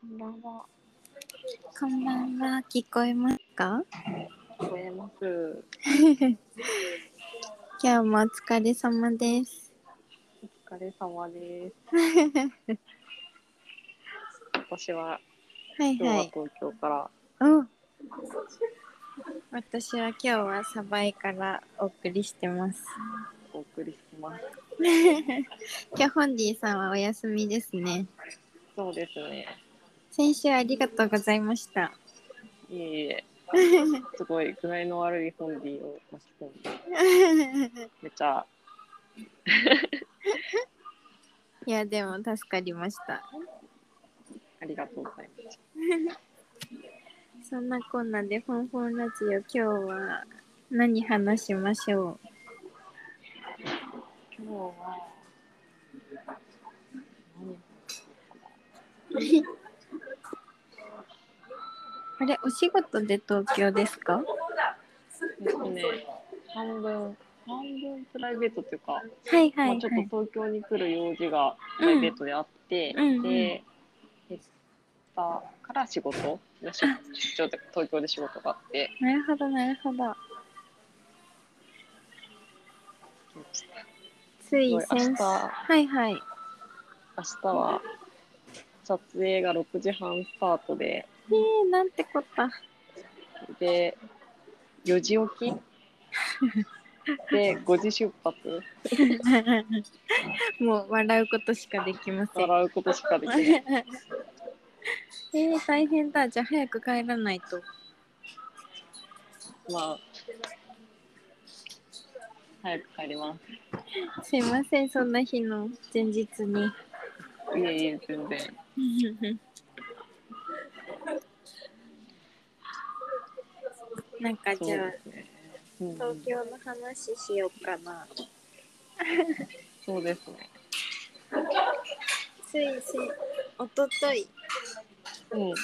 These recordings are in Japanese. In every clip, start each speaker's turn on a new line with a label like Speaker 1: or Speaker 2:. Speaker 1: こんばんは。
Speaker 2: こんばんは、聞こえますか
Speaker 1: 聞こえます。
Speaker 2: 今日もお疲れ様です。
Speaker 1: お疲れ様です。私は
Speaker 2: は
Speaker 1: 今
Speaker 2: い
Speaker 1: 日
Speaker 2: は。
Speaker 1: はい東京から
Speaker 2: お私は今日はサバイからお送りしてます。
Speaker 1: お送りしてます。
Speaker 2: 今日ホンディさんはお休みですね。
Speaker 1: そうですね。
Speaker 2: 先週ありがとうございました。
Speaker 1: いえいえ。すごい具合の悪いホンディを巻き込んで、めちゃ
Speaker 2: いや、でも助かりました。
Speaker 1: ありがとうございます。
Speaker 2: そんなこんなでフォンフォンラジオ今日は何話しましょ
Speaker 1: 今日は何
Speaker 2: うあれ、お仕事で東京ですかは
Speaker 1: えっとね、半分、半分プライベートというか、
Speaker 2: いは
Speaker 1: まあ、ちょっと東京に来る用事がプライベートであって、
Speaker 2: うんうんうん
Speaker 1: で、明日から仕事の出出張で、東京で仕事があって、
Speaker 2: なるほど、なるほど。
Speaker 1: す
Speaker 2: つい
Speaker 1: ごい明
Speaker 2: 先週。
Speaker 1: 日、
Speaker 2: はいはい。
Speaker 1: 明日は撮影が6時半スタートで、
Speaker 2: えー、なんてこった。
Speaker 1: で、4時起 きで、5時出発、
Speaker 2: もう笑うことしかできません。
Speaker 1: 笑うことしかできない。
Speaker 2: えー、大変だ。じゃあ早く帰らないと。
Speaker 1: まあ、早く帰ります。
Speaker 2: すいません、そんな日の前日 に。
Speaker 1: いえいえ、全然。
Speaker 2: なんか
Speaker 1: そう
Speaker 2: じゃあ
Speaker 1: で、すね。うん
Speaker 2: 東京の話しようかな。
Speaker 1: そうですね。
Speaker 2: ついせ、おととい
Speaker 1: うん。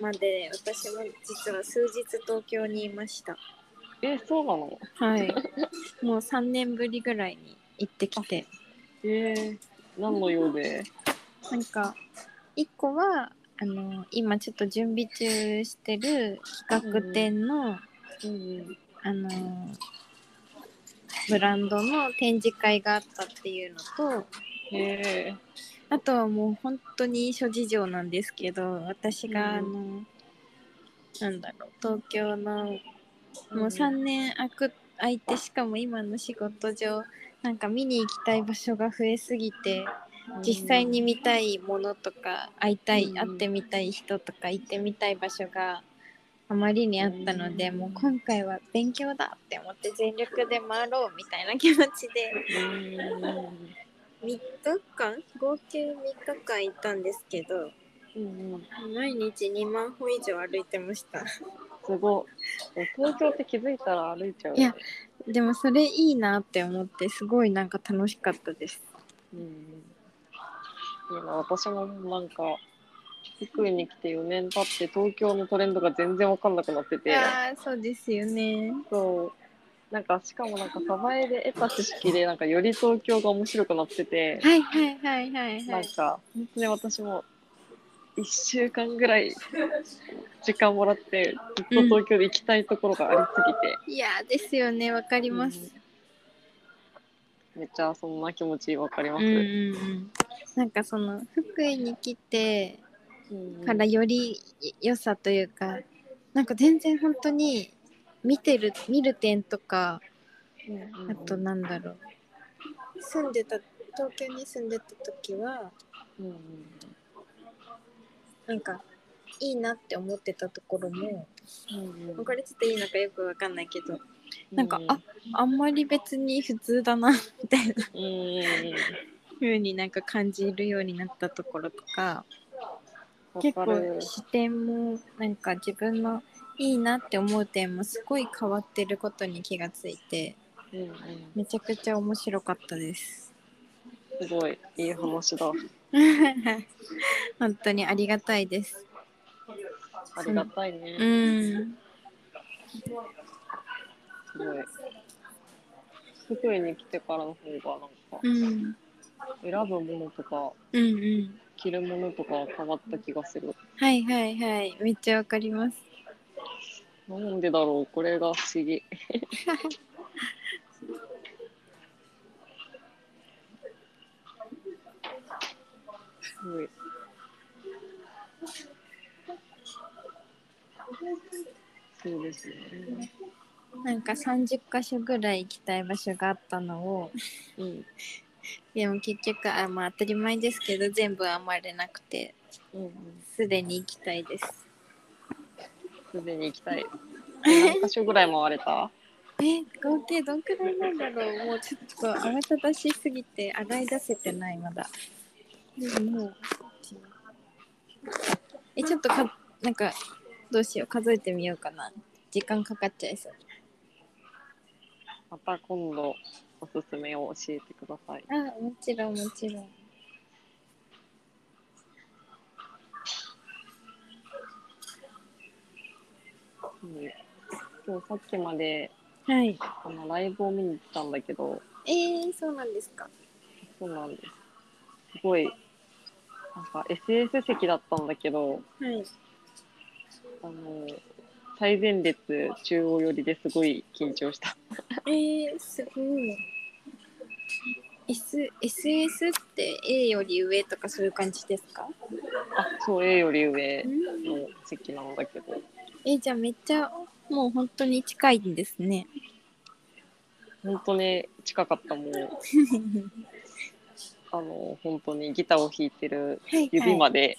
Speaker 2: まで私も実は数日東京にいました。
Speaker 1: え、そうなの
Speaker 2: はい。もう3年ぶりぐらいに行ってきて。
Speaker 1: えー、何の用で
Speaker 2: なんか、1個は、あの、今ちょっと準備中してる企画展の、
Speaker 1: うん。
Speaker 2: あのーブランドの展示会があったっていうのと
Speaker 1: え
Speaker 2: あとはもう本当に諸事情なんですけど私が、
Speaker 1: う
Speaker 2: あのなんだろう東京のも
Speaker 1: ー、
Speaker 2: う3年空く空いてしかも今の仕事上なんか見に行きたい場所が増えすぎて実際に見たいものとか会いたい
Speaker 1: うん
Speaker 2: 会ってみたい人とか行ってみたい場所があまりにあったので
Speaker 1: うん
Speaker 2: もう今回は勉強だって思って全力で回ろうみたいな気持ちで
Speaker 1: うん。
Speaker 2: 3日間合計3日間行ったんですけど
Speaker 1: うんうん。
Speaker 2: 毎日2万歩以上歩いてました
Speaker 1: すごい。東京って気づいたら歩いちゃう、ね。
Speaker 2: いやでもそれいいなって思ってすごいなんか楽しかったです
Speaker 1: うん。いいな、私もなんか、福井に来て4年経って東京のトレンドが全然わかんなくなってて。
Speaker 2: ああそうですよね
Speaker 1: そう。なんか、しかもなんか、サバエで得た知識で、なんか、より東京が面白くなってて、
Speaker 2: はいはいはいはいは
Speaker 1: なん
Speaker 2: い
Speaker 1: か、本当に私も、1週間ぐらい、時間もらって、ずっと東京で行きたいところがありすぎて、
Speaker 2: いやーですよねわかります、
Speaker 1: うんめっちゃ、そんな気持ちわかりま
Speaker 2: う
Speaker 1: す。
Speaker 2: んうんうん、なんかその福井に来て
Speaker 1: うん
Speaker 2: からより良さというかなんか全然本当に見てる見る点とか
Speaker 1: うん
Speaker 2: あとなんだろう住んでた東京に住んでた時は
Speaker 1: うん
Speaker 2: なんかいいなって思ってたところも
Speaker 1: うん
Speaker 2: これちょっといいのかよくわかんないけど
Speaker 1: う
Speaker 2: なんかああんまり別に普通だなみたいな
Speaker 1: うんうん
Speaker 2: 風になんか感じるようになったところとか。
Speaker 1: わ
Speaker 2: 結
Speaker 1: かる
Speaker 2: 構視点もなんか自分のいいなって思う点もすごい変わってることに気がついて
Speaker 1: うんうん
Speaker 2: めちゃくちゃ面白かったです。
Speaker 1: すごい、いい話だ。
Speaker 2: 本当にありがたいです。
Speaker 1: ありがたいね。
Speaker 2: うん。
Speaker 1: すごい。福井に来てからの方がなんか
Speaker 2: うん。
Speaker 1: 選ぶものとか
Speaker 2: うんうん。
Speaker 1: 着るものとかは変わった気がする。
Speaker 2: はいはいはいめっちゃわかります
Speaker 1: なんでだろうこれが不思議。すごい。そうですね。
Speaker 2: なんか30箇所ぐらい行きたい場所があったのを
Speaker 1: うん。
Speaker 2: でも結局あまあ当たり前ですけど全部余れなくて
Speaker 1: うん、うん。
Speaker 2: すでに行きたいです
Speaker 1: すでに行き たい。何箇所ぐらい回れた
Speaker 2: え合計どんくらいなんだろうもうちょっと慌ただしすぎて洗い出せてないまだでもうえちょっとかなんかどうしよう数えてみようかな時間かかっちゃいそう
Speaker 1: また今度おすすめを教えてください。
Speaker 2: あもちろんもちろん
Speaker 1: うん今日さっきまで
Speaker 2: はい
Speaker 1: あのライブを見に行ったんだけど、
Speaker 2: えー、そうなんですか
Speaker 1: そうなんです。すごい、なんか SS 席だったんだけど、
Speaker 2: はい
Speaker 1: あの、最前列中央寄りですごい緊張した。
Speaker 2: えー、すごい。S SS って A より上とかそういう感じですか？
Speaker 1: あ、そう、A より上
Speaker 2: うん
Speaker 1: の席なんだけど、
Speaker 2: えじゃあめっちゃもう本当に近いんです ね。
Speaker 1: 本当に近かったもん。あの、本当にギターを弾いてる
Speaker 2: はい
Speaker 1: 指
Speaker 2: はい。
Speaker 1: まで、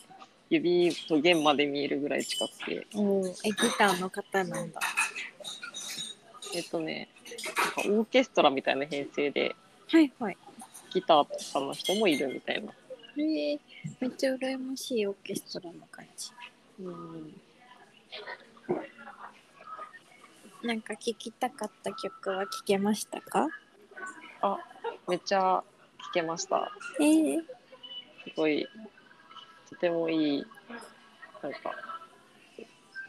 Speaker 1: 指と弦まで見えるぐらい近くて、
Speaker 2: おーえギターの方なんだ。
Speaker 1: えっとね、なんかオーケストラみたいな編成で、
Speaker 2: はいはい。
Speaker 1: ギターとかの人もいるみたいな。
Speaker 2: えー、めっちゃ羨ましいオーケストラの感じ。
Speaker 1: うん、
Speaker 2: なんか聴きたかった曲は聴けましたか？
Speaker 1: めっちゃ聴けました。
Speaker 2: えー、
Speaker 1: すごい、とてもいい、なんか、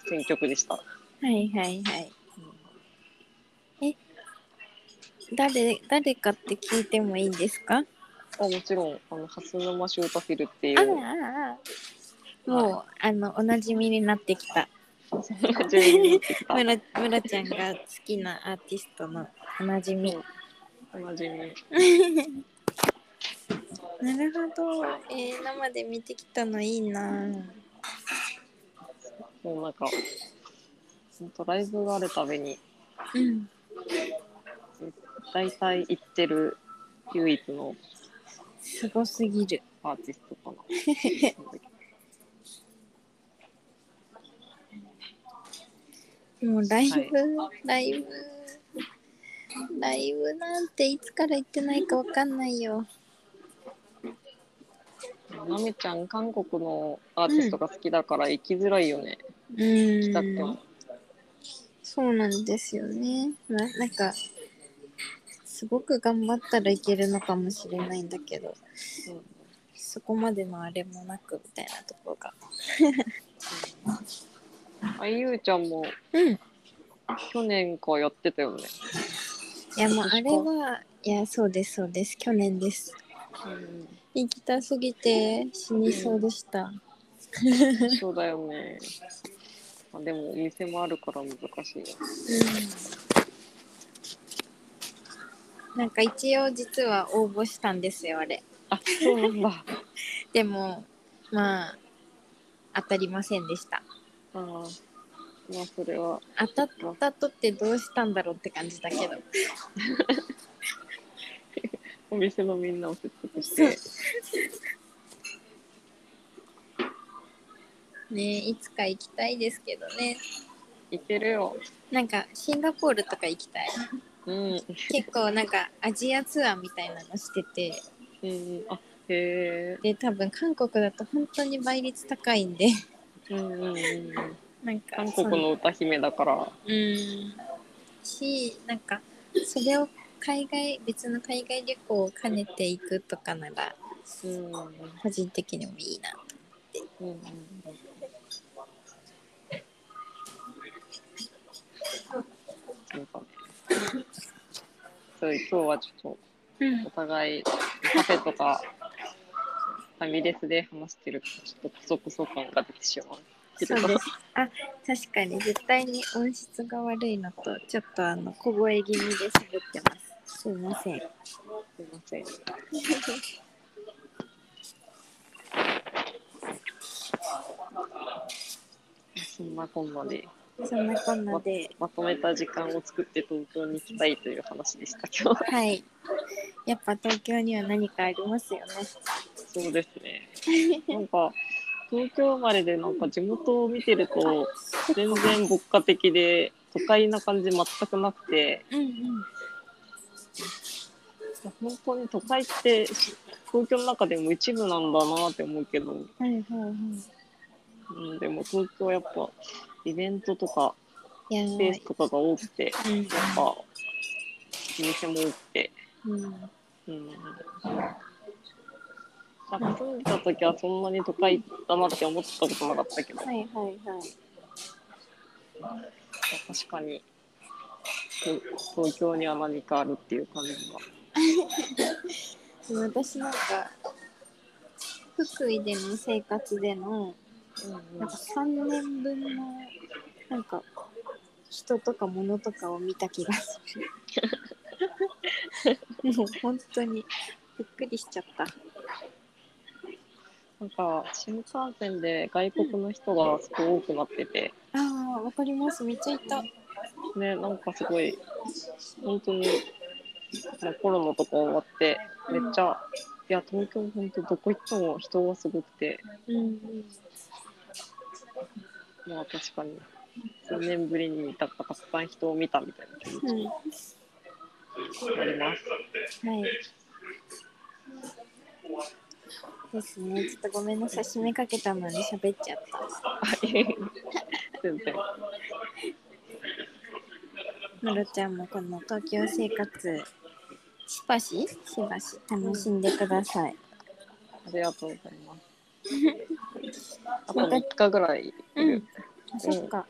Speaker 1: 選曲でした。
Speaker 2: はいはいはい。誰誰かって聞いてもいいんですか？
Speaker 1: あもちろん、あの、蓮沼シュータフィルってい
Speaker 2: あ
Speaker 1: う、
Speaker 2: ああもうあのおなじみになってきた
Speaker 1: 住人になってきた
Speaker 2: むらむらちゃんが好きなアーティストのおなじみ
Speaker 1: おなじみ。
Speaker 2: なるほど、えー、生で見てきたのいいな
Speaker 1: もうなんか、ほんとライブがあるたびに、
Speaker 2: うん
Speaker 1: 大体行ってる唯一の
Speaker 2: すごすぎる
Speaker 1: アーティストかな。
Speaker 2: もうライブ、
Speaker 1: はい
Speaker 2: ライブライブなんていつから行ってないかわかんないよ
Speaker 1: なみちゃん、韓国のアーティストが好きだから行きづらいよね。
Speaker 2: う
Speaker 1: 来たくて
Speaker 2: ん
Speaker 1: も。
Speaker 2: そうなんですよね。ななんか、すごく頑張ったらいけるのかもしれないんだけど、
Speaker 1: うん
Speaker 2: そこまでのあれもなくみたいなところが。
Speaker 1: あゆうちゃんも
Speaker 2: うん。い
Speaker 1: 去年かやってたよね。
Speaker 2: や、もうあれは、いや、そうです、そうです。去年です。行きたすぎて死にそうでした。
Speaker 1: そうだよね。まあ、でもお店もあるから難しいよ。
Speaker 2: うん。なんか一応実は応募したんですよ、あれ。
Speaker 1: あ、そうなんだ。
Speaker 2: でも、まあ、当たりませんでした。
Speaker 1: ああ、まあそれは。
Speaker 2: 当たったとってどうしたんだろうって感じだけど
Speaker 1: お店のみんなを説得して。
Speaker 2: ねいつか行きたいですけどね
Speaker 1: いけるよ。
Speaker 2: なんかシンガポールとか行きたい
Speaker 1: うん。うん
Speaker 2: 結構なんかアジアツアーみたいなのしてて
Speaker 1: うん。あ、へ
Speaker 2: で多分韓国だと本当に倍率高いんで
Speaker 1: え。うんうんうん。
Speaker 2: なんか
Speaker 1: 韓国の歌姫だから。
Speaker 2: そのうんしなんかそれを海外別の海外旅行を兼ねていくとかなら
Speaker 1: うん。うん
Speaker 2: 個人的にもいいな
Speaker 1: うん。そうだね。そう今日はちょっと。
Speaker 2: うん
Speaker 1: お互いカフェとかファミレスで話してるとちょっとこそこそ感が出てしまう。
Speaker 2: そうです。あ、確かに絶対に音質が悪いのと、ちょっとあの小声気味で喋ってます。すいません。
Speaker 1: すいません。そんなこんなで
Speaker 2: そんなこんなで、
Speaker 1: まとめた時間を作って東京に行きたいという話でした 今日
Speaker 2: はい。やっぱ東京には何かありますよね。
Speaker 1: そうですね なんか東京生まれでなんか地元を見てると全然牧歌的で都会な感じ全くなくて
Speaker 2: うんうん。
Speaker 1: 本当に都会って東京の中でも一部なんだなって思うけど、
Speaker 2: はいはいはい。
Speaker 1: うん、でも東京はやっぱイベントとか
Speaker 2: いや
Speaker 1: スペースとかが多くて、
Speaker 2: うん
Speaker 1: やっぱ、お店も多くて、
Speaker 2: うん、
Speaker 1: うん。なんか住んでた時はそんなに都会だなって思ったことなかったけど、
Speaker 2: はいはいはい。
Speaker 1: 確かに、と東京には何かあるっていう感じが。
Speaker 2: そう私なんか福井での生活での
Speaker 1: うん
Speaker 2: なんか3年分のなんか人とか物とかを見た気がす るもう本当にびっくりしちゃった
Speaker 1: なんか、新幹線で外国の人がすごい多くなってて、
Speaker 2: あーわかりますめっちゃいた
Speaker 1: ね、なんかすごい、本当に、まあコロナとか終わって、めっちゃ、いや、東京本当どこ行っても人がすごくて、
Speaker 2: うんうん
Speaker 1: まあ確かに数年ぶりに見たかたくさん人を見たみたいな気持ち
Speaker 2: うん
Speaker 1: に
Speaker 2: は
Speaker 1: なります。
Speaker 2: いですねちょっとごめんなさい締めかけたのに喋っちゃった
Speaker 1: はい。全然。
Speaker 2: ムロちゃんもこの東京生活しばししばし楽しんでください。
Speaker 1: ありがとうございます。あと3日ぐらいいる。
Speaker 2: あそっか。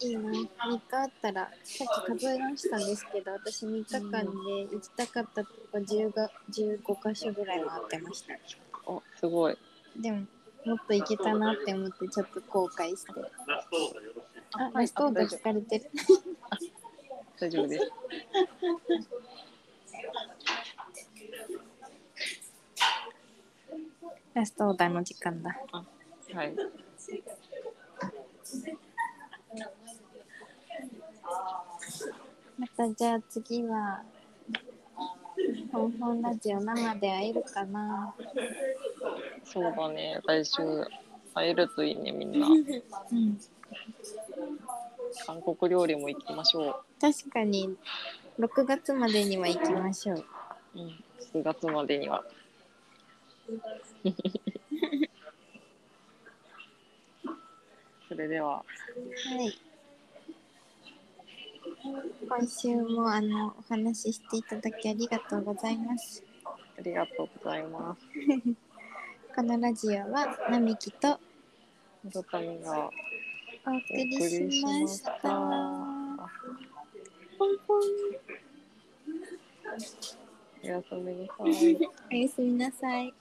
Speaker 2: いいな。3日あったら、さっき数え直したんですけど、私3日間で行きたかったとこ10が15箇所ぐらい回ってました。
Speaker 1: あ、すごい。
Speaker 2: でも、もっと行けたなって思って、ちょっと後悔して。あ、ラストオーダー聞かれてる。
Speaker 1: 大丈夫です。
Speaker 2: ラストオーダーの時間だ。
Speaker 1: はい。
Speaker 2: またじゃあ次は、本本ラジオ生で会えるかな。
Speaker 1: そうだね。来週会えるといいね、みんな。
Speaker 2: うん、
Speaker 1: 韓国料理も行きましょ
Speaker 2: 確かに、6月までには行きましょう。
Speaker 1: う。うん。4月までには。それでは、
Speaker 2: はい。今週もあのお話ししていただきありがとうございます。
Speaker 1: ありがとうございます。
Speaker 2: このラジオは並木と
Speaker 1: のぞたみが
Speaker 2: お送りしました。ポン
Speaker 1: あ
Speaker 2: ポン
Speaker 1: おやすみなさい。
Speaker 2: おやすみなさい。